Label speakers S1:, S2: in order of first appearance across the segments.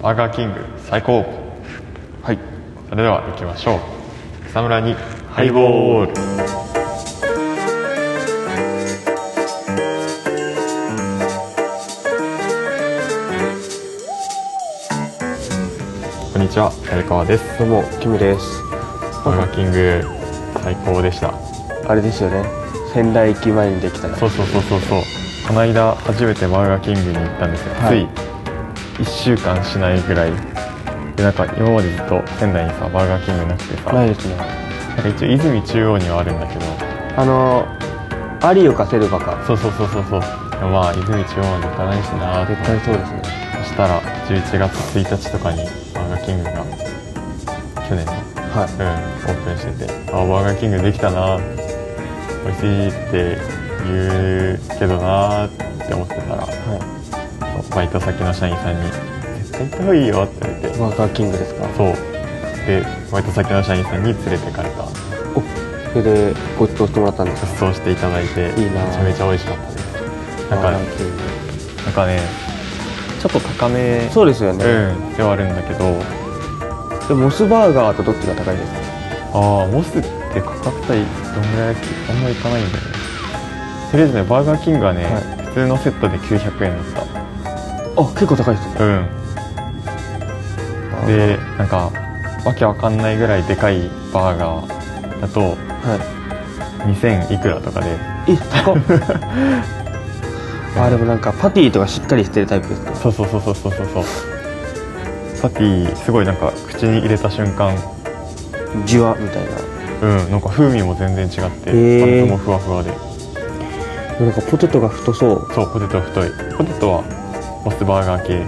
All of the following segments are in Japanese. S1: バーガーキング最高
S2: はい
S1: それでは行きましょう草むらにハイボールこんにちは成川です
S2: どうもキムです
S1: バーガーキング最高でした
S2: あれですよね仙台駅前にできた
S1: そうそうそうそうそうこの間初めてバーガーキングに行ったんですよ、
S2: はい
S1: つい1週間しないぐらいでなんか今までずっと仙台にさバーガーキングなくてさ、
S2: ないですね
S1: なんか一応泉中央にはあるんだけど
S2: あのアリをかせるバカ
S1: そうそうそうそうそうでもまあ泉中央まで行かないしなーって
S2: 絶対そうですね
S1: そしたら11月1日とかにバーガーキングが去年の
S2: は
S1: うん、オープンしててあバーガーキングできたな美味しいって言うけどなって思ってたら
S2: いは
S1: バイト先の社員さんに「絶対行った方がいいよ」って言われて
S2: いバーガーキングですか
S1: そうでバイト先の社員さんに連れてかれた
S2: おそれでごちそうしてもらったんです
S1: ご
S2: か
S1: ちそうしていただいて
S2: いいな
S1: めちゃめちゃ美味しかったですなんか
S2: バーガーキング
S1: なんかねちょっと高め
S2: そうですよ
S1: う
S2: ね、
S1: んではあるんだけど
S2: でモスバーガーとどっちが高いですか
S1: ああモスって価格帯どんぐらいだっけあんまいかないんだよねとりあえずねバーガーキングはね、
S2: はい
S1: 普通のセットで900円だっ
S2: あ結構高いですね
S1: たうんでなんかわけわかんないぐらいでかいバーガーだと
S2: は
S1: 2000いくらとかで
S2: いえ 高っあでもなんかパティとかしっかりしてるタイプですね
S1: そうそうそうそうそうそうそうパティすごいなんか口に入れた瞬間
S2: ジュワみたいな
S1: うんなんか風味も全然違って
S2: へー
S1: パンツもふわふわで
S2: なんかポテトが太そう
S1: そうポテト太いポテトはモスバーガー系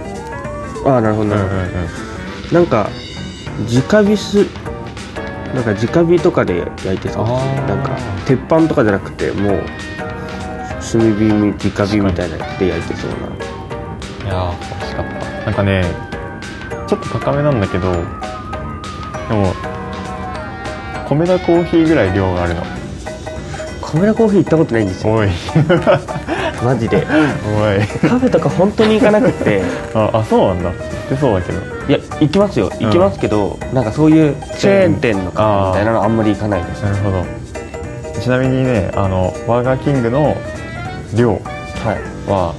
S2: ああなるほど
S1: うん
S2: な
S1: う
S2: る
S1: ん
S2: ほ
S1: う
S2: ど、
S1: ん
S2: なんか直火すなんか直火とかで焼いてそうです
S1: あー
S2: なんか鉄板とかじゃなくてもう炭火に直火みたいなやつで焼いてそう
S1: や
S2: ない
S1: ー美味しかったなんかねちょっと高めなんだけどでも米田コーヒーぐらい量があるの
S2: カメラコーヒー行ったことないんです よ
S1: おい
S2: マジで
S1: おい
S2: カフェとか本当に行かなく て
S1: ああそうなんだってそうだけど
S2: いや行きますよ行きますけど、なんかそういうチェーン店のカフェみたいなのあんまり行かないです、
S1: なるほどちなみにねあのバーガーキングの量
S2: はい
S1: は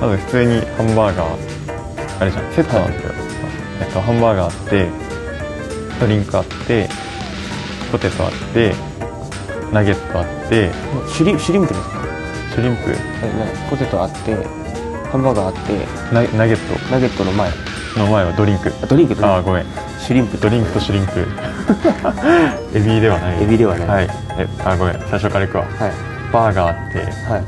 S1: まず普通にハンバーガーあれじゃんセットなんだけど、えっと、ハンバーガーあってドリンクあってポテトあってナゲットあって
S2: シュリシュリンプですか
S1: シュリンプ
S2: えなポテトあってハンバーガーあって
S1: ナナゲット
S2: ナゲットの前
S1: の前はドリンク
S2: あドリンクドリ
S1: ああ
S2: ンク
S1: ごめん
S2: シュリンプ
S1: ドリンクとシュリンプ エビではない
S2: エビではない
S1: はいえあごめん最初からいくわ
S2: はい
S1: バーガーあって
S2: はい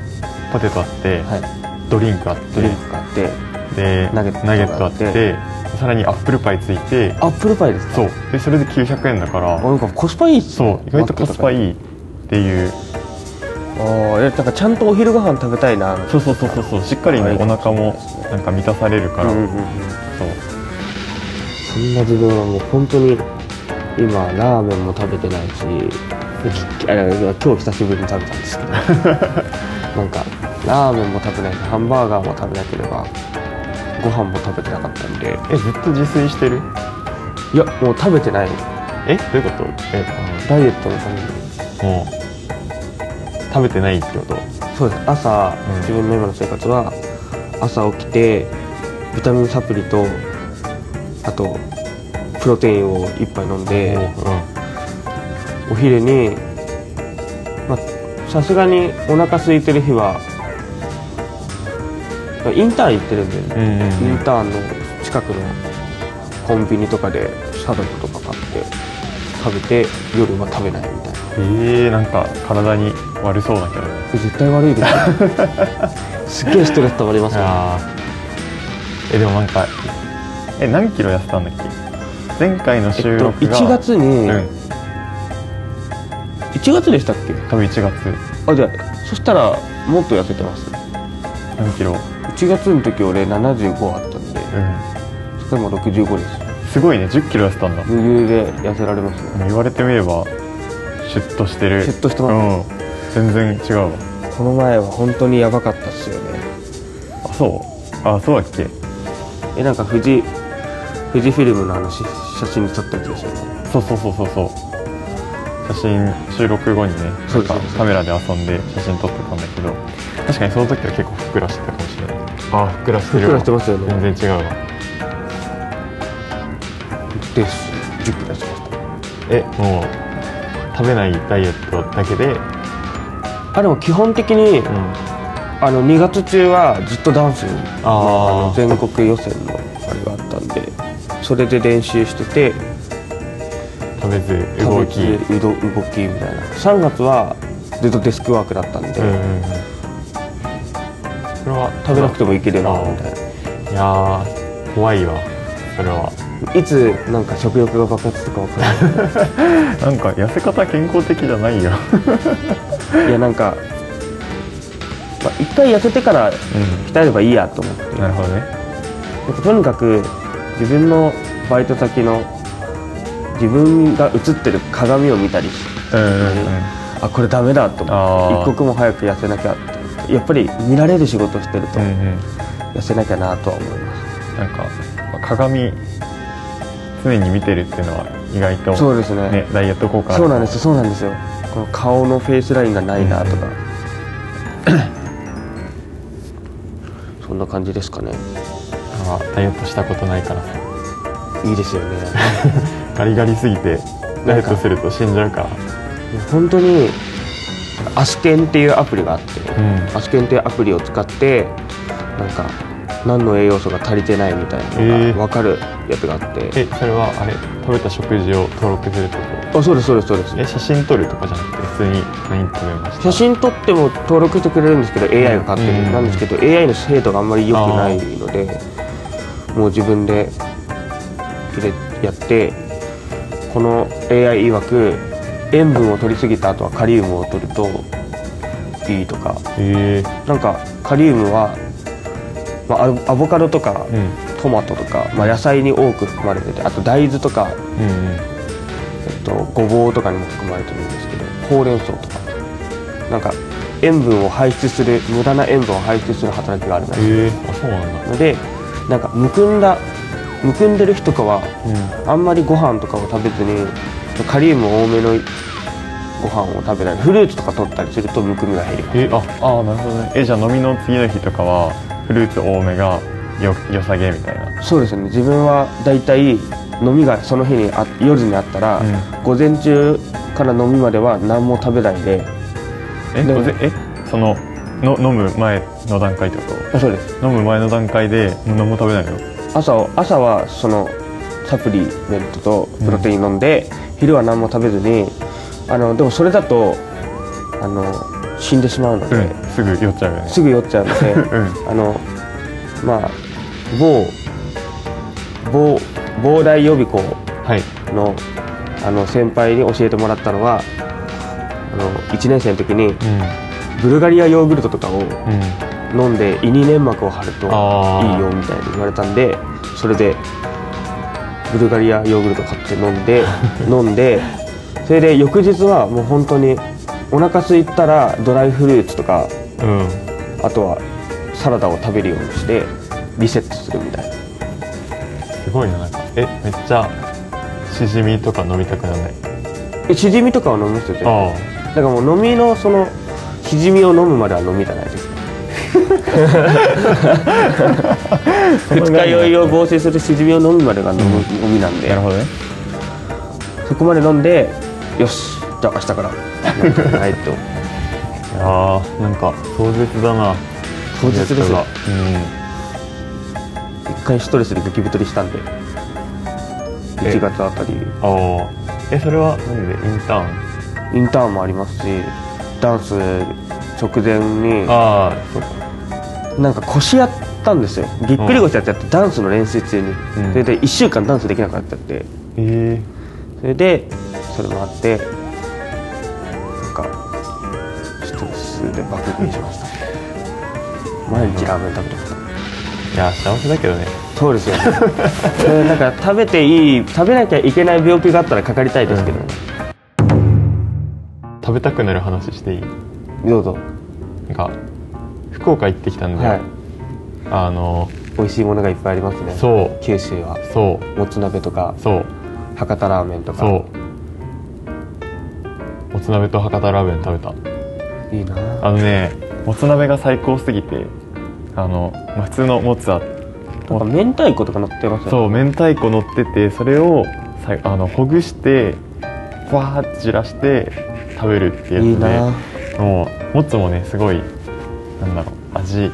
S1: ポテトあって、
S2: はい
S1: ドリンクあって
S2: ドリンクがあって
S1: で
S2: ナゲット
S1: あってさらにアップルパイついて
S2: アップルパイですか
S1: そうでそれで900円だか
S2: あ
S1: ら
S2: なんかコスパいいっす
S1: そう意外とコスパい
S2: い
S1: いっていう
S2: あーいやなんかちゃんとお昼ご飯食べたいな
S1: そうそうそうそうそうしっかりね
S2: はい
S1: お腹もなんか満たされるから、
S2: うんうんうん
S1: そう
S2: そんな自分はもう本当に今ラーメンも食べてないしききあ今日久しぶりに食べたんです けどなんかラーメンも食べないしハンバーガーも食べなければご飯も食べてなかったんで
S1: えずっと自炊してる
S2: いやもう食べてない
S1: えどういうことえ
S2: ダイエットのために
S1: あのもう食べてないってこと
S2: そうです朝、
S1: うん
S2: 自分の今の生活は朝起きてビタミンサプリとあとプロテインを一杯飲んで
S1: う
S2: お昼にまあさすがにお腹空いてる日はまあインターン行ってるんで、
S1: んうんうん
S2: インターンの近くのコンビニとかでサラダとか買って食べて夜は食べないみたいな
S1: えー、なんか体に悪そうだけどね
S2: 絶対悪いですよ すっげえストレス溜まりますよね
S1: あーえでもなんかえ何キロ痩せたんだっけ前回の
S2: え
S1: 収
S2: っと、
S1: 録が、
S2: 1月に、
S1: うん
S2: 1月でしたっ
S1: 多分1月
S2: けあじゃあそしたらもっと痩せてます
S1: 何キロうん
S2: 1月の時俺75あったんでそれも65です
S1: すごいね1 0キロ痩せたんだ、
S2: 余裕で痩せられますね
S1: 言われてみればシュッとしてる
S2: シュッとしてま
S1: うん全然違うわ
S2: この前は本当にやばかったっすよね
S1: あそうあそうだっけ
S2: えなんか富士富士フィルムのあのし写真撮った気がしますね
S1: そうそうそうそうそう写真収録後にね
S2: そ
S1: な
S2: うん
S1: か
S2: そうそう
S1: カメラで遊んで写真撮ってたんだけど確かにその時は結構ふっくらしてたかもしれないあふっくらして
S2: るわふっくらしてますよね
S1: 全然違うわ
S2: です10分経ちました
S1: えもう食べないダイエットだけで、うん、
S2: あでも基本的に、
S1: あ
S2: あの2月中はずっとダンスの
S1: あ
S2: あの全国予選のあれがあったんでそれで練習してて
S1: 食べず動き
S2: 食べて動動きみたいな3月はずっとデスクワークだったんで、
S1: うんうんうんそれは
S2: 食べなくてもいけるな
S1: あー
S2: みたいない
S1: やー怖いわそれはい
S2: つなんか食欲が爆発するか分からない
S1: なんか痩せ方健康的じゃないよ
S2: いやなんか、まあ、一回痩せてから鍛えればいいやと思って、
S1: うん
S2: な
S1: なんるほどね
S2: かとにかく自分のバイト先の自分が映ってる鏡を見たりして
S1: うんうんうん
S2: あこれダメだと
S1: あ
S2: 思
S1: ー
S2: って一刻も早く痩せなきゃってやっぱり見られる仕事してると
S1: うんうん
S2: 痩せなきゃなとは思います、
S1: なんかまあ鏡常に見てるっていうのは意外と
S2: そうですね
S1: ねダイエット効果ある
S2: そうなんですそうなんですよこの顔のフェイスラインがないなとか、 そんな感じですかね
S1: あダイエットしたことないからさ
S2: いいですよね
S1: ガリガリすぎてダイエットすると死んじゃうから
S2: 本当にアスケンっていうアプリがあって、
S1: ん
S2: アスケンっていうアプリを使ってなんか何の栄養素が足りてないみたいな
S1: え
S2: の
S1: ー
S2: が分かるやつがあって、
S1: えそれはあれ食べた食事を登録するとこ
S2: あそうですそうですそうです
S1: え写真撮るとかじゃなくて普通に何食べました
S2: 写真撮っても登録してくれるんですけど AI が勝手
S1: うん
S2: になんですけど AI の精度があんまり良くないのでもう自分で入れやってこの AI 曰く塩分を取りすぎた後はカリウムを取るといいとか
S1: え
S2: なんかカリウムは、まあアボ、アボカドとか
S1: うん
S2: トマトとか、まあ、野菜に多く含まれててあと大豆とか、
S1: うんうん
S2: えっと、ごぼうとかにも含まれてるんですけどほうれん草とかなんか塩分を排出する無駄な塩分を排出する働きがあるらしい
S1: えあそうなんだ
S2: のでなんかむくんだむくんでる日とかは
S1: うん
S2: あんまりご飯とかを食べずにカリウム多めのご飯を食べたりフルーツとか取ったりするとむくみが減ります
S1: えああなるほどねえじゃあ飲みの次の日とかはフルーツ多めがよ良さげみたいな
S2: そうですね自分はだいたい飲みがその日にあ夜にあったら、
S1: うん
S2: 午前中から飲みまでは何も食べないで
S1: え
S2: でも
S1: 午前えそのの飲む前の段階ってこ
S2: あそうです
S1: と飲む前の段階で何も食べないの
S2: 朝を朝はそのサプリメントとプロテイン飲んで、昼は何も食べずにあのでもそれだとあの死んでしまうので、
S1: うんすぐ酔っちゃうよね
S2: すぐ酔っちゃうので、
S1: う
S2: あのまあ某某某大予備校
S1: はい
S2: のあの先輩に教えてもらったのはあの1年生の時に
S1: うん
S2: ブルガリアヨーグルトとかを
S1: うん
S2: 飲んで胃に粘膜を張ると
S1: あー
S2: いいよみたいに言われたんでそれでブルガリアヨーグルト買って 飲んで飲んでそれで翌日はもう本当にお腹空いたらドライフルーツとか
S1: うん
S2: あとはサラダを食べるようにしてリセットするみたいな
S1: すごいななんかえめっちゃしじみとか飲みたくならない
S2: えしじみとかは飲みますよね
S1: あ
S2: だからもう飲みのそのしじみを飲むまでは飲みじゃない ですか二日酔いを防止するしじみを飲むまでが飲む、飲みなん
S1: あ
S2: で
S1: なるほどね
S2: そこまで飲んでよしじゃあ明日からなんかないと
S1: いやーなんか壮絶だな
S2: 当日で
S1: ダ
S2: す
S1: イエット
S2: よ
S1: がうん
S2: 一回ストレスで激太りしたんで
S1: え
S2: 1月あたり
S1: ああえそれはなんでインターン
S2: インターンもありますしダンス直前に
S1: ああそうか
S2: なんか腰やったんですよぎっくり腰やっちゃってダンスの練習中に、
S1: うん
S2: それで1週間ダンスできなくなっちゃって
S1: え
S2: それでそれもあってなんかストレスで爆食いしました 毎日ラーメン食べてました
S1: えいや幸せだけどね
S2: そうですよねそれなんか食べていい食べなきゃいけない病気があったらかかりたいですけど、ね
S1: 食べたくなる話していい
S2: どうぞ
S1: なんか福岡行ってきたんで、
S2: はい
S1: あの
S2: 美味しいものがいっぱいありますね
S1: そう
S2: 九州は
S1: そう
S2: もつ鍋とか
S1: そう
S2: 博多ラーメンとか
S1: そうもつ鍋と博多ラーメン食べた
S2: いいな
S1: あのねもつ鍋が最高すぎてあのまあ普通のもつあ
S2: なんか明太子とか乗ってますよね
S1: そう明太子乗っててそれをさあのほぐしてふわーって散らして食べるって
S2: い
S1: い
S2: いう
S1: や
S2: な
S1: つでもうもつもねすごいなんだろう味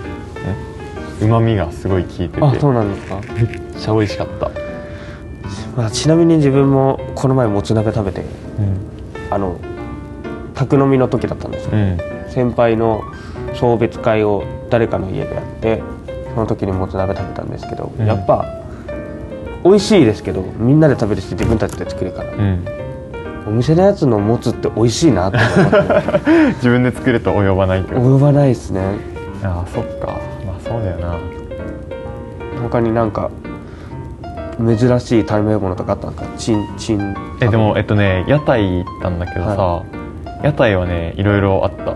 S1: うまみがすごい効いてて
S2: あそうなんですか、
S1: めっちゃ美味しかった、
S2: まあ、ちなみに自分もこの前もつ鍋食べて
S1: うん
S2: あの宅飲みの時だったんですよ
S1: うん、
S2: 先輩の送別会を誰かの家でやってその時にもつ鍋食べたんですけど、
S1: うん
S2: やっぱ美味しいですけどみんなで食べるし自分たちで作るから、
S1: うん、
S2: お店のやつのもつって美味しいなって思い ますね
S1: 自分で作ると及ばないけど
S2: 及ばないですね
S1: ああそっかまあそうだよな
S2: 他になんか珍しい食べ物とかあったんですかチンチン
S1: えでもえっとね屋台行ったんだけどさ、屋台はねいろいろあった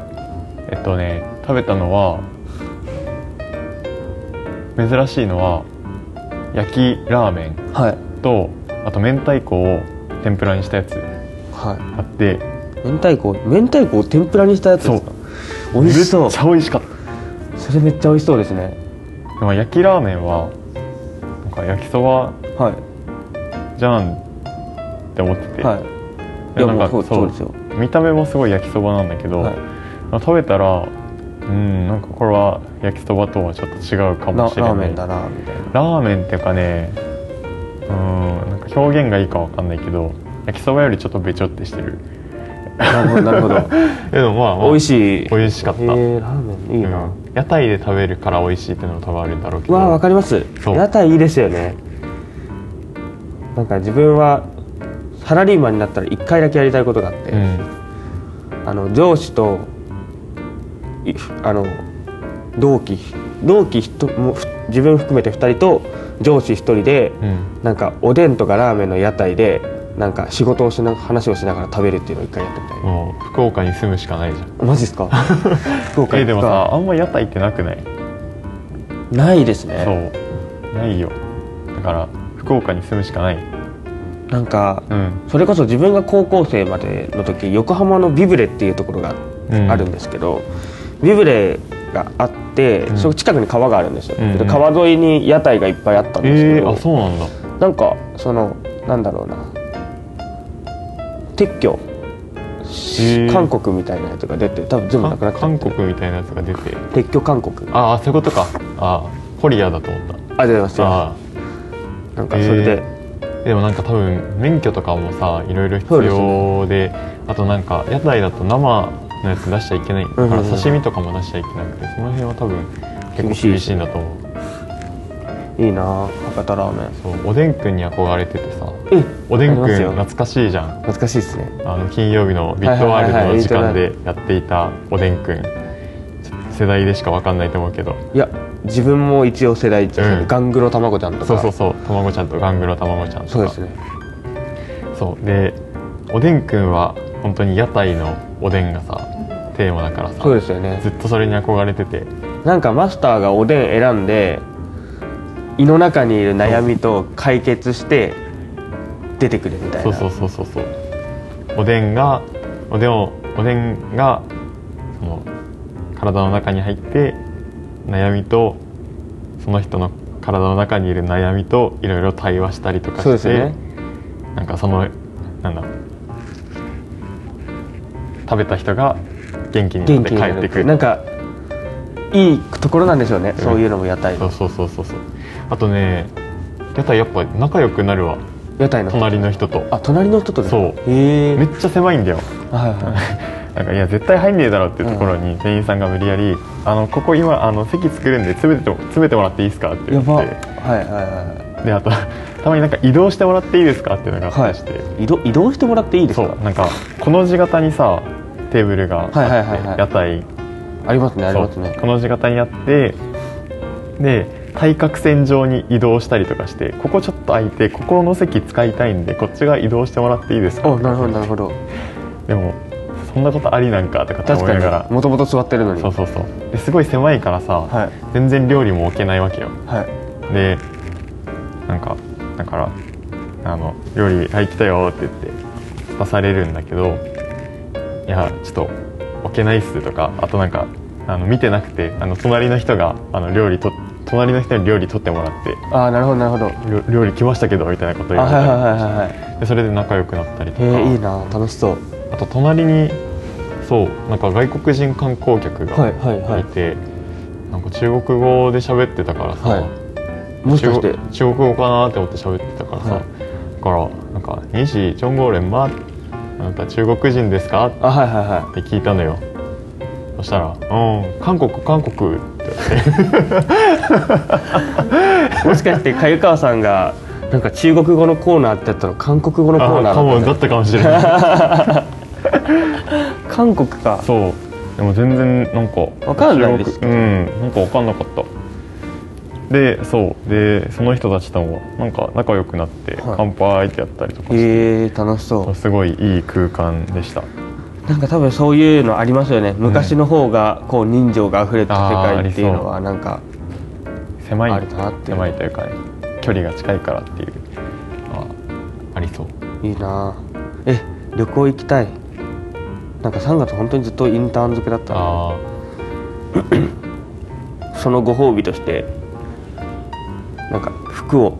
S1: えっとね食べたのは珍しいのは焼きラーメン
S2: はい
S1: とあと明太子を天ぷらにしたやつ
S2: は
S1: あって
S2: い明太子明太子を天ぷらにしたやつですか美
S1: めっ
S2: 味
S1: ち
S2: しそう
S1: ゃ美味しかった
S2: それめっちゃ美味しそうですね
S1: でも焼きラーメンはなんか焼きそば
S2: はい
S1: じゃんって思ってて、
S2: はいい
S1: で
S2: や
S1: なん
S2: も
S1: か
S2: うそうそうですよ
S1: 見た目もすごい焼きそばなんだけど、
S2: はい
S1: まあ食べたらうんなんかこれは焼きそばとはちょっと違うか
S2: ラ
S1: もしれな
S2: ラー
S1: い
S2: メンだなみたいな
S1: ラーメンっていうかねうんなんか表現がいいかわかんないけど焼きそばよりちょっとべちょってしてる
S2: なるほどなるほど
S1: でも まあ、まあ、
S2: 美味しい
S1: 美味しかった
S2: えー、ラーメンいいな、
S1: うん屋台で食べるから美味しいっていうのも多分あるんだろうけど
S2: わあわかります
S1: そう
S2: 屋台いいですよねなんか自分はサラリーマンになったら1回だけやりたいことがあって、
S1: うん
S2: あの上司といあの同期同期ひともうふ自分含めて2人と上司1人で、
S1: うん
S2: なんかおでんとかラーメンの屋台でなんか仕事をしな話をしながら食べるっていうのを1回やってみたい、
S1: もう福岡に住むしかないじゃん
S2: マジ ですか福岡
S1: え
S2: 行くか
S1: でもさあんま屋台ってなくない
S2: ないですね
S1: そうないよだから福岡に住むしかない
S2: なんか
S1: うん
S2: それこそ自分が高校生までの時横浜のビブレっていうところが
S1: うん
S2: あるんですけど、ビブレがあって、
S1: うん
S2: そこ近くに川があるんですよ、
S1: うんうん
S2: で川沿いに屋台がいっぱいあったんですけ
S1: え
S2: ど、
S1: ー、あそうなんだ
S2: なんかそのなんだろうな撤去、
S1: えー
S2: 韓国みたいなやつが出て多分全部なくなっちゃって
S1: 韓国みたいなやつが出て
S2: 撤去韓国あ
S1: ああそういうことかああコリアだと思っ
S2: りがとうござい
S1: た
S2: ま
S1: あ
S2: すなんかそれで、
S1: あでもなんか多分免許とかもさいろいろ必要であとなんか屋台だと生のやつ出しちゃいけないか
S2: うんうん
S1: ら
S2: うん
S1: 刺身とかも出しちゃいけなくてその辺は多分
S2: 厳
S1: 結
S2: しい
S1: 構厳しいんだと思う
S2: いいなあ博多ラーメン
S1: そうおでんくんに憧れててさ
S2: え
S1: おでん
S2: あ
S1: く
S2: ります
S1: ん
S2: よ
S1: 懐かしいじゃん
S2: 懐かしいですね
S1: あの金曜日のビットワール
S2: はいはいはい
S1: ド
S2: はい
S1: の時間でやっていたおでんくんちょっと世代でしか分かんないと思うけど
S2: いや自分も一応世代一応、
S1: うん
S2: ガングロ卵ちゃんとか
S1: そうそうそうたまごちゃんとガングロたまごちゃんとか
S2: そうですね
S1: そうでおでんくんは本当に屋台のおでんがさテーマだからさ
S2: そうですよね
S1: ずっとそれに憧れてて
S2: なんかマスターがおでん選んで胃の中にいる悩みと解決して出てくるみたい
S1: そう
S2: な
S1: そうそうそうそうおでんがおでんをおでんがその体の中に入って悩みとその人の体の中にいる悩みといろいろ対話したりとか
S2: そうで
S1: し
S2: す
S1: て、
S2: ね
S1: なんかそのなんだ食べた人が元気になっ
S2: 元
S1: て
S2: 気
S1: 帰
S2: にな
S1: って
S2: る
S1: くる
S2: なんかいいところなんでしょうね、
S1: ん
S2: そういうのも屋台
S1: そう
S2: の
S1: そうそうそうそうあとね屋台やっぱ仲良くなるわ
S2: 屋台の人
S1: 隣の人と
S2: あ隣の人とですか
S1: そう
S2: へえ
S1: めっちゃ狭いんだよ
S2: はいは い
S1: なんかいや絶対入んねえだろっていうところに店員さんが無理やり「あのここ今あの席作るんで詰めても詰めてもらっていいですか?」って言
S2: やば
S1: っ
S2: はい
S1: て
S2: はいは
S1: であと たまになんか移動してもらっていいですかっていうのがあったりして、
S2: い移動移動してもらっていいです
S1: そ
S2: か
S1: うなんかこの字型にさテーブルがあって、
S2: はいはいはいはい
S1: 屋台
S2: ありますねあり
S1: そ
S2: ます
S1: う
S2: ね
S1: この字型にあってで対角線上に移動したりとかしてここちょっと空いてここの席使いたいんでこっちが移動してもらっていいですか
S2: おなるほどなるほど
S1: でもそんなことありなんかとかって
S2: 確
S1: 思いなが
S2: からにもともと座ってるのに
S1: そうそうそうですごい狭いからさ、
S2: はい
S1: 全然料理も置けないわけよ
S2: はい
S1: でなんかだからあの「料理入ってたよ」って言って出されるんだけど「いやちょっと置けないっす」とかあとなんかあの見てなくてあの隣の人があの料理と隣の人に料理取ってもらって
S2: ああなるほどなるほど
S1: 「料料理来ましたけど」みたいなこと言
S2: あ
S1: われ
S2: はいはいはい
S1: た
S2: はいはい
S1: りでそれで仲良くなったりとか。
S2: へえいいな楽しそう
S1: あと隣にそうなんか外国人観光客
S2: はい
S1: が
S2: はいはい
S1: いて、なんか中国語で喋ってたからさ、
S2: はいもしかして
S1: 中国中国語かなって思って喋ってたからさ、
S2: はい
S1: だからなんか「西チョンゴーレンマあなた中国人ですか?」っ
S2: あはいはいは
S1: て聞いたのよそしたら「うん韓国韓国」って
S2: い もしかして影川さんがなんか中国語のコーナーってやったの韓国語のコーナ
S1: あかも
S2: ー
S1: だ
S2: だ
S1: っ
S2: った
S1: かもしれ ない
S2: た韓国か
S1: そうでも全然なんか
S2: わかんないで
S1: 中
S2: す
S1: 国うんなんか分かんなかったでそうでその人たちともなんか仲良くなって
S2: はい
S1: 乾杯ってやったりとかして、
S2: へえ楽しそう
S1: すごいいい空間でした
S2: なんか多分そういうのありますよね昔の方がこう人情が溢れた世
S1: あーあ
S2: 界
S1: り
S2: っ
S1: そ
S2: て
S1: う
S2: いうのはなんか
S1: 狭
S2: あ
S1: い
S2: るなって
S1: 狭いというかね距離が近いからっていうのはありそう
S2: いいなえ旅行行きたいなんか3月本当にずっとインターン漬けだったの
S1: あ
S2: そのご褒美としてなんか服を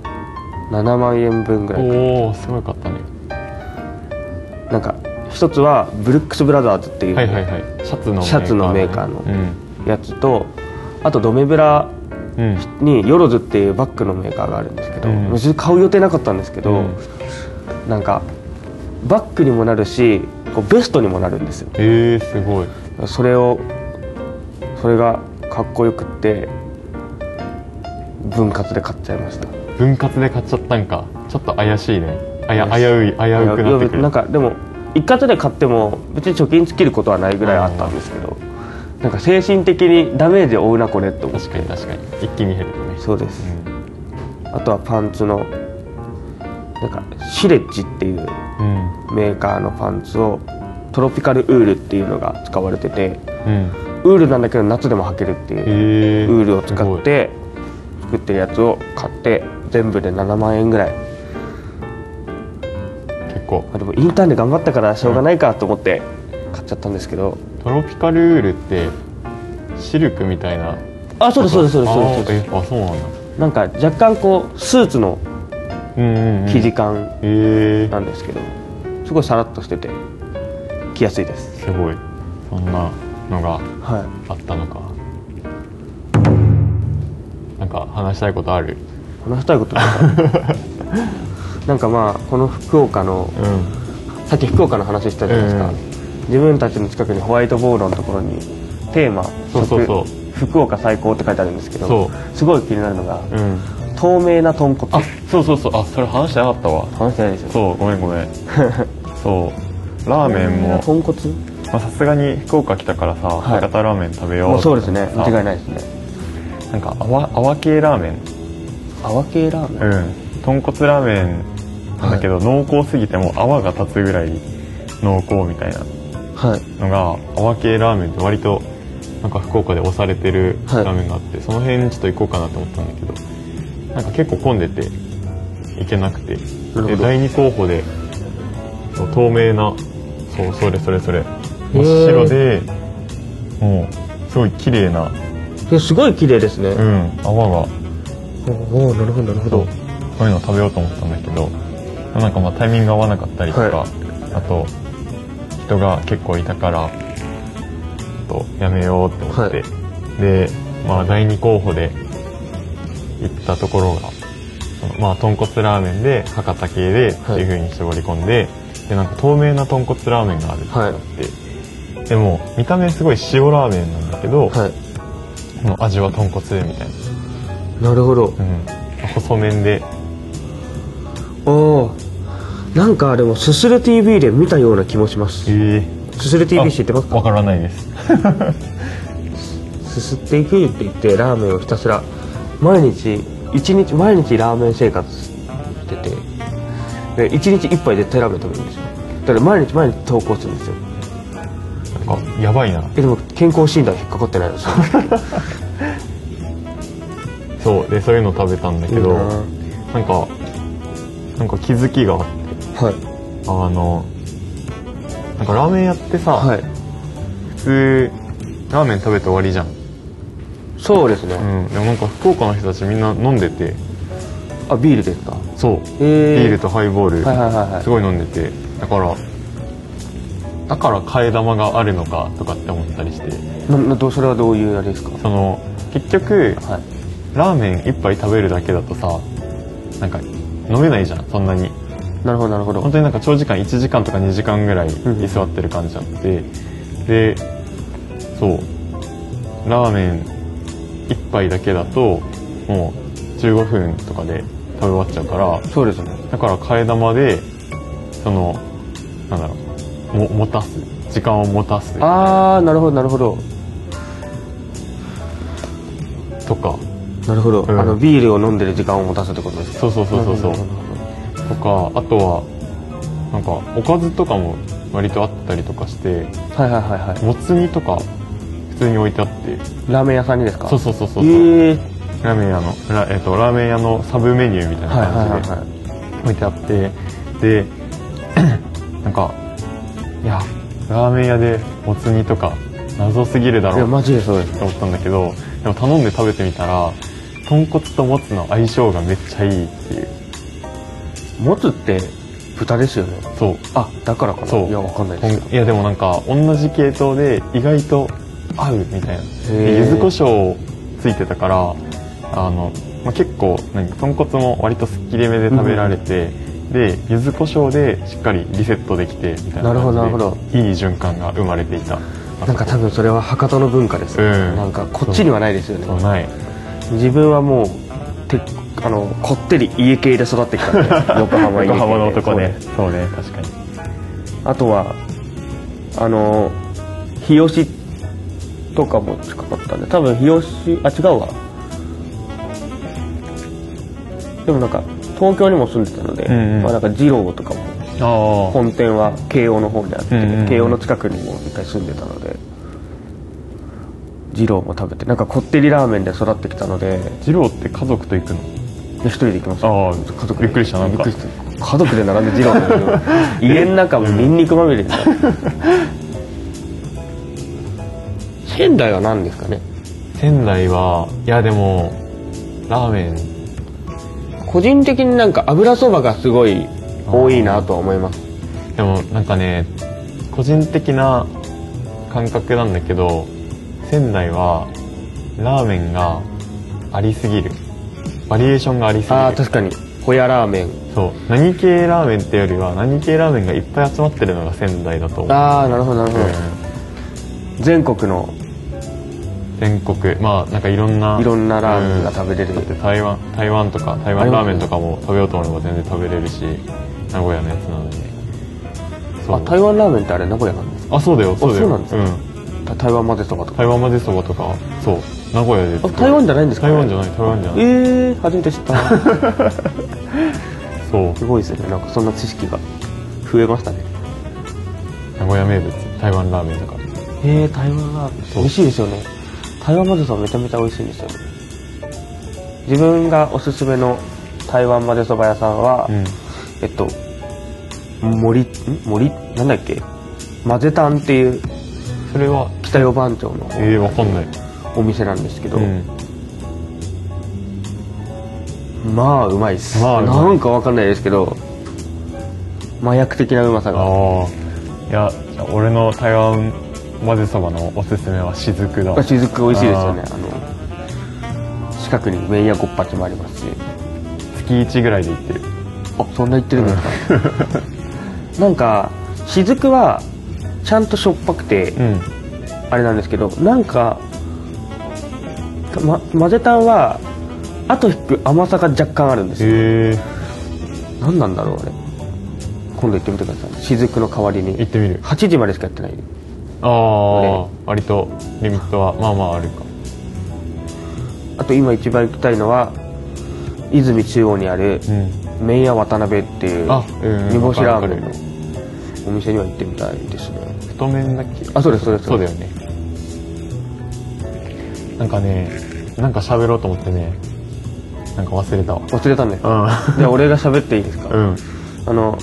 S2: 7万円分ぐらい
S1: おおすごいかったね
S2: なんか一つはブルックス・ブラザーズっていう
S1: はいはいはいシャツの
S2: シャツのメーカーの
S1: だね
S2: やつとあとドメブラ
S1: うん、うん、
S2: にヨロズっていうバッグのメーカーがあるんですけど、
S1: うん
S2: 別に買う予定なかったんですけど、
S1: うん
S2: なんかバッグにもなるしこうベストにもなるんですよ
S1: えー、すごい
S2: それをそれがかっこよくって分割で買っちゃいました
S1: 分割で買っちゃったんかちょっと怪しいねあや危
S2: 怪しいう
S1: い危うくなってく
S2: いや
S1: る
S2: なんかでも一括で買っても別に貯金尽きることはないぐらいあったんですけどなんか精神的にダメージを負うなこれって思って
S1: 確かに確かに一気に減るね
S2: そうで
S1: う
S2: す、
S1: ん
S2: あとはパンツのなんかシレッジっていう
S1: うん
S2: メーカーのパンツをトロピカルウールっていうのが使われてて
S1: うん
S2: ウールなんだけど夏でも履けるっていう
S1: え
S2: ウールを使って作ってるやつを買って全部で7万円ぐらい
S1: すごい結構
S2: まあでもインターンで頑張ったからしょうがないかと思って買っちゃったんですけど、
S1: トロピカルウールってシルクみたいな
S2: あそうですそうですそうですそうで
S1: す
S2: す
S1: あーえあそうなんだ
S2: なんか若干こうスーツの
S1: うんうん、うん、
S2: 生地感
S1: え
S2: な
S1: ー、
S2: んですけど、すごいさらっとしてて着やすいです
S1: すごいそんなのが
S2: は
S1: あったのかなんか話したいことある
S2: い話したいこととか なんかまあこの福岡の
S1: うん
S2: さっき福岡の話したじゃないですか、
S1: うん
S2: 自分たちの近くにホワイトボードのところにテーマ
S1: そうそうそう
S2: 食福岡最高って書いてあるんですけ
S1: そ
S2: どすごい気になるのが
S1: うん
S2: 透明な豚骨
S1: あそうそうそうあそれ話してなかったわ
S2: 話してないですよ
S1: そうごめんごめ んそうラーメンも
S2: 豚骨
S1: まあさすがに福岡来たからさ、
S2: はい
S1: 博多ラーメン食べよう
S2: もうそうですね間違い
S1: い
S2: ないですね
S1: なんか泡泡系ラーメン
S2: 泡系ラーメン
S1: うん豚骨ラーメンなんだけど、濃厚すぎてもう泡が立つぐらい濃厚みたいな
S2: はい
S1: のが泡系ラーメンって割となんか福岡で押されてる
S2: は
S1: ラ
S2: い
S1: ーメンがあって、その辺ちょっと行こうかなと思ったんだけどなんか結構混んでて行けなくて
S2: ほど
S1: で第2候補でそう透明なそうそれそれそれ真っ白でもうすごい綺麗な、
S2: いやすごい綺麗ですね、
S1: うん、泡が
S2: おおなるほどなるほ
S1: そうそういうのを食べようと思ったんだけどなんかまあタイミングが合わなかったりとか、
S2: は
S1: あと人が結構いたからちょっとやめようって思って、で、まあ、第2候補で行ったところがそのまあ豚骨ラーメンで博多系でって
S2: はい
S1: いう風に絞り込んで,、でなんか透明な豚骨ラーメンがあるってなって、でも見た目すごい塩ラーメンなんだけど、
S2: はい
S1: もう味は豚骨みたい
S2: なるほど
S1: な、うん、細麺で
S2: おおなんかでもすする TV で見たような気もします
S1: えー
S2: すする TV 知ってます
S1: わ
S2: か
S1: からないです
S2: すすっていくって言ってラーメンをひたすら毎日一日毎日ラーメン生活しててで一日一杯絶対ラーメン食べるんですよだから毎日毎日投稿するんですよ
S1: なんかやばいな
S2: えでも健康診断引っかかってないのその時す
S1: そうでそういうの食べたんだけ
S2: いいな
S1: ど
S2: は
S1: なんかなんか気づきがあって
S2: い
S1: あのなんかラーメン屋ってさ、
S2: はい
S1: 普通ラーメン食べて終わりじゃん、
S2: そうですね、
S1: うん、でもなんか福岡の人たちみんな飲んでて
S2: あビールですか
S1: そう、
S2: へー
S1: ビールとハイボール、
S2: はいはいはいはい
S1: すごい飲んでてだからだから替え玉があるのかとかって思ったりして
S2: ななどうそれはどういうあれですか
S1: その結局
S2: はい
S1: ラーメン一杯食べるだけだとさなんか飲めないじゃんそんなに
S2: なるほどなるほど
S1: 本当になんか長時間1時間とか2時間ぐらい
S2: ん
S1: 居座ってる感じあってでそうラーメン1杯だけだともう15分とかで食べ終わっちゃうから
S2: そうですね
S1: だから替え玉でそのなんだろうも持たす時間を持たす
S2: ああなるほどなるほど
S1: とか
S2: なるほど、
S1: うん
S2: あのビールを飲んでる時間を持たすってことですか
S1: そうそうそうそうそうとかあとはなんかおかずとかも割とあったりとかして
S2: はいはいはいは
S1: もつ煮とか普通に置いてあって
S2: いラーメン屋さんにですか
S1: そうそうそうそうそう、
S2: ええ
S1: ラーメン屋のラ,、えっとラーメン屋のサブメニューみたいな
S2: はいはいは
S1: 感じで
S2: いはい
S1: 置いてあってで なんかいやラーメン屋でもつ煮とか謎すぎるだ
S2: いや
S1: ろう
S2: マジでそうです
S1: と思ったんだけどでも頼んで食べてみたら豚骨ともつの相性がめっちゃいいっていう
S2: もつって豚ですよね
S1: そう
S2: あだからかな
S1: そう
S2: やわかんないですけ
S1: いやでもなんか同じ系統で意外と合うみたいな
S2: へー
S1: で柚子胡椒ついてたからあの、まあ、結構何豚骨も割とすっきりめで食べられて、で柚子胡椒でしっかりリセットできてみたいな感じで
S2: なるほどなるほど
S1: いい循環が生まれていた
S2: どなんか多分それは博多の文化です、
S1: うん
S2: なんかこっちにはないですよね
S1: そうない
S2: 自分はもうてあのこってり家系で育ってきたんで 横浜家系で
S1: 横浜の男ね
S2: そうす
S1: そうね確かに
S2: あとはあの日吉とかも近かったんで多分日吉あ違うわでもなんか東京にも住んでたので、
S1: んうん
S2: まあ、なんか二郎とかも
S1: あ
S2: 本店は慶応の方にあって、
S1: うんうんうん
S2: 慶応の近くにも一回住んでたので二郎も食べてなんかこってりラーメンで育ってきたので
S1: あ二郎って家族と行くの
S2: 一人で行きました
S1: ああ
S2: 家族で
S1: びっくりしたなん
S2: びっ
S1: か
S2: くりした家族で並んで二郎だけど家の中もニンニクまみれになって仙台は何ですかね
S1: 仙台はいやでもラーメン
S2: 個人的になんか油そばがすごい多いなとは思います
S1: でもなんかね個人的な感覚なんだけど仙台はラーメンがありすぎるバリエーションがありすぎる
S2: ああ確かにホヤラーメン
S1: そう何系ラーメンってよりは何系ラーメンがいっぱい集まってるのが仙台だと思う、
S2: ああなるほどなるほど、
S1: う
S2: 全国の
S1: ん全国まあなんかいろんないい
S2: ろんなラーメンが食べれる
S1: だって台湾台湾とか台湾ラーメンとかも食べようと思えば全然食べれるし名古屋のやつなのにそう
S2: あ台湾ラーメンってあれ名古屋なんです
S1: あそうだよそうだよ
S2: そうなんですかか台湾までそばとか
S1: 台湾まぜそばとかそう名古屋で
S2: あ台湾じゃないんですか
S1: 台湾じゃない台湾じゃない
S2: ええー、初めて知った
S1: そう
S2: すごいですねなんかそんな知識が増えましたね
S1: 名古屋名物台湾ラーメンとか
S2: へえ台湾ラーメン
S1: そう
S2: 美味しいですよね台湾まぜそばめちゃめちゃ美味しいんですよね自分がおすすめの台湾まぜそば屋さんは、
S1: うん
S2: えっと森ん森なんだっけまぜたんっていう
S1: それは
S2: 北四番町の
S1: えー、わかんない
S2: お店なんですけど、
S1: うん
S2: まあうまいっす、
S1: まあうまい
S2: なんかわかんないですけど麻薬的なうまさが
S1: ああいやじゃあ俺の台湾まぜそばのおすすめは雫だ
S2: しずく美味しいですよねあの近くに麺屋ごっぱちもありますし
S1: 月1ぐらいで行ってる
S2: あそんな言ってるんですか、 なんかしずくはちゃんとしょっぱくて、
S1: うん
S2: あれなんですけどなんか、ま、混ぜたんは後引く甘さが若干あるんですよ
S1: えー、
S2: 何なんだろうあれ今度行ってみてくださいしずくの代わり
S1: 行
S2: に
S1: ってみる
S2: 8時までしかやってない
S1: ああ割とリミットはまあまああるか
S2: あと今一番行きたいのは泉中央にある
S1: うん
S2: 麺屋渡辺っていう
S1: あうん
S2: 煮干しラーメン
S1: わか
S2: の
S1: る
S2: お店には行ってみたいですね
S1: 太麺だっけ
S2: あそうですそうです
S1: そうだよねなんかねなんか喋ろうと思ってねなんか忘れたわ
S2: 忘れたんだよ
S1: あ
S2: じゃあ俺が喋っていいですか、
S1: うん
S2: あの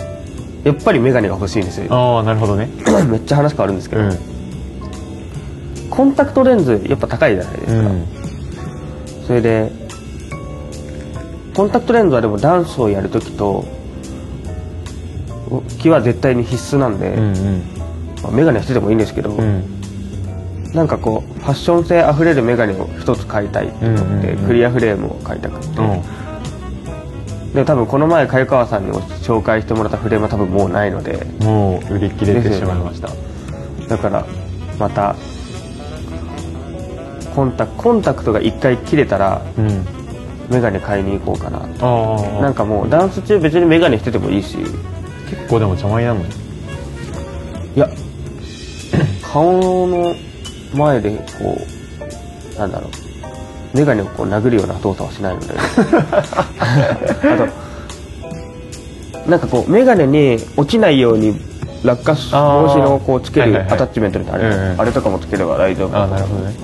S2: やっぱり眼鏡が欲しいんですよ
S1: ああなるほどね
S2: めっちゃ話変わるんですけ
S1: う
S2: ど、
S1: ん
S2: コンタクトレンズやっぱ高いじゃないです
S1: う
S2: か、
S1: ん
S2: それでコンタクトレンズはでもダンスをやるときと気は絶対に必須なんで、
S1: うんうん
S2: まあ、眼鏡はしててもいいんですけど、
S1: うん
S2: なんかこうファッション性あふれる眼鏡を一つ買いたいって思って、
S1: うんうんうん
S2: クリアフレームを買いたくて
S1: うん
S2: でも多分この前鮎川さんに紹介してもらったフレームは多分もうないので
S1: もう売り切れてしまいました
S2: だからまたコンタコンタクトが一回切れたら
S1: うん
S2: 眼鏡買いに行こうかなと
S1: ああ
S2: なんかもうダンス中別に眼鏡しててもいいし
S1: 結構でも邪魔になるの
S2: いや 顔の前でこうなんだろう眼鏡をこう殴るような動作はしないの であとなんかこう眼鏡に落ちないように落下防
S1: あー
S2: 止のこうつけ
S1: はい
S2: る
S1: はいはい
S2: アタッチメントみたいなあれ,、
S1: うんうん
S2: あれとかもつければ大丈夫
S1: ああなるほどね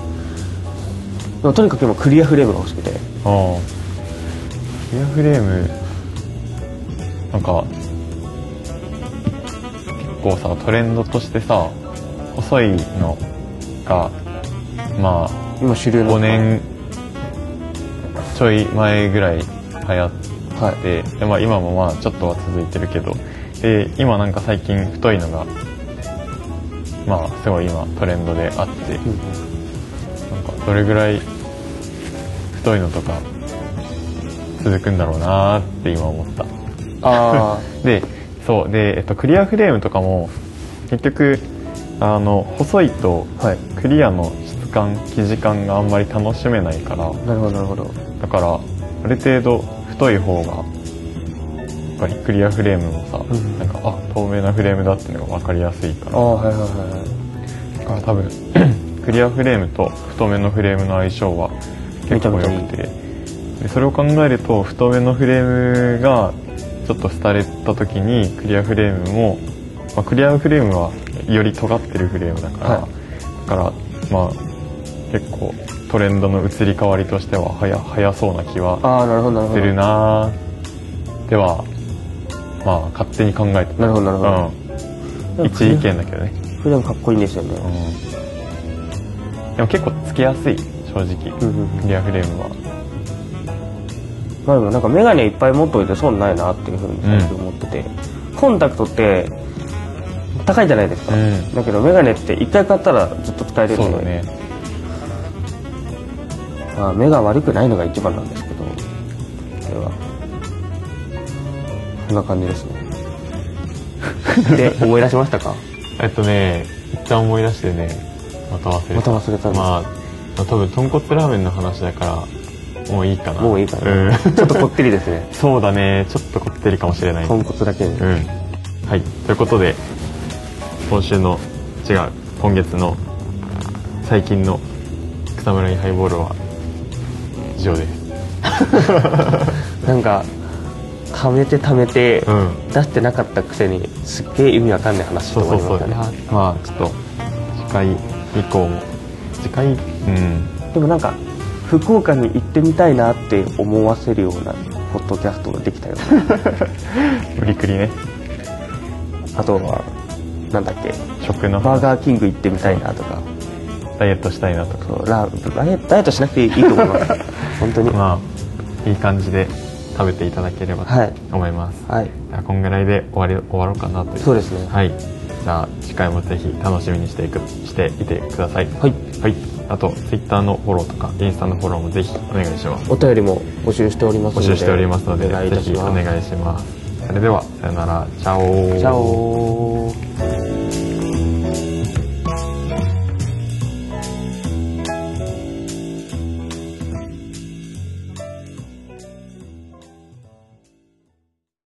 S2: でもとにかく今クリアフレームが欲しくて
S1: ああクリアフレームなんか結構さトレンドとしてさ細いのがまあ
S2: 今主流の
S1: 5年ちょい前ぐらい流行っ
S2: はい
S1: てで、まあ、今もまあちょっとは続いてるけどで今なんか最近太いのがまあすごい今トレンドであって、なんかどれぐらい太いのとか続くんだろうなーって今思った
S2: あ
S1: でそうで、えっと、クリアフレームとかも結局あの細いと
S2: あはい
S1: クリアの質感生地感があんまり楽しめないから
S2: なるほどなるほど
S1: だからある程度太い方がやっぱりクリアフレームもさ、
S2: うん
S1: なんかあ透明なフレームだってのが分かりやすいか
S2: あ
S1: ら
S2: あはいはいはいはい
S1: だから多分 クリアフレームと太めのフレームの相性は結構良くてでそれを考えると太めのフレームがちょっと廃れた時にクリアフレームも、まあ、クリアフレームはより尖ってるフレームだから、
S2: は
S1: だからまあ結構トレンドの移り変わりとしては早早そうな気は
S2: ああなるほどなる
S1: し
S2: ほ
S1: て
S2: ど
S1: るなではまあ勝手に考えて
S2: なるほどなるほど、
S1: うん、一意見だけどね
S2: 普段かっこいいんですよね、
S1: うんでも結構つけやすい正直、
S2: うんうん
S1: リアフレームは
S2: まあでもなんか眼鏡いっぱい持っといて損ないなっていうふうに最近思ってて、コンタクトって高いじゃないですか、
S1: うん
S2: だけど眼鏡って一回買ったらずっと使える
S1: そう
S2: の
S1: だね
S2: で、まあ、目が悪くないのが一番なんですけどこれはこんな感じで すねで思い出しましたか
S1: えっとね一旦思い出してねまた忘れ
S2: また
S1: た
S2: 忘れたんです、
S1: まあ、まあ多分豚骨ラーメンの話だからもういいかな
S2: もういいかな、
S1: うん
S2: ちょっとこってりですね
S1: そうだねちょっとこってりかもしれない
S2: 豚骨だけで、
S1: うんはいということで今週の違う今月の最近の草むらにハイボールは以上です
S2: なんか溜めて溜めて、
S1: うん
S2: 出してなかったくせにすっげえ意味わかんない話し
S1: そ
S2: て
S1: う
S2: 終わ
S1: そう
S2: り
S1: そ
S2: ま
S1: うまあ
S2: したね
S1: ちょっと次回以降も次回うん
S2: でもなんか福岡に行ってみたいなって思わせるようなポッドキャストができ たような
S1: 無理くりね
S2: あとはなんだっけ
S1: 食の
S2: バ
S1: 話
S2: ーガーキング行ってみたいなとか
S1: ダイエットしたいなとか
S2: そうラーダイエダイエットしなくていいと思 います本当には
S1: まあいい感じで食べていただければと
S2: はい
S1: 思います、
S2: い
S1: じゃあこんぐらいで終わり終わろうかなという
S2: そうですね
S1: はいじゃあ次回もぜひ楽しみにしていくしていてください
S2: はい
S1: はい、あと Twitter のフォローとかインスタのフォローもぜひお願いします
S2: お便りも募集しております
S1: 募
S2: ので
S1: 集しておりますので
S2: お願いい
S1: ぜ
S2: たし
S1: ひお
S2: ます
S1: 願いしますそれではさよならチャオ
S2: チャオ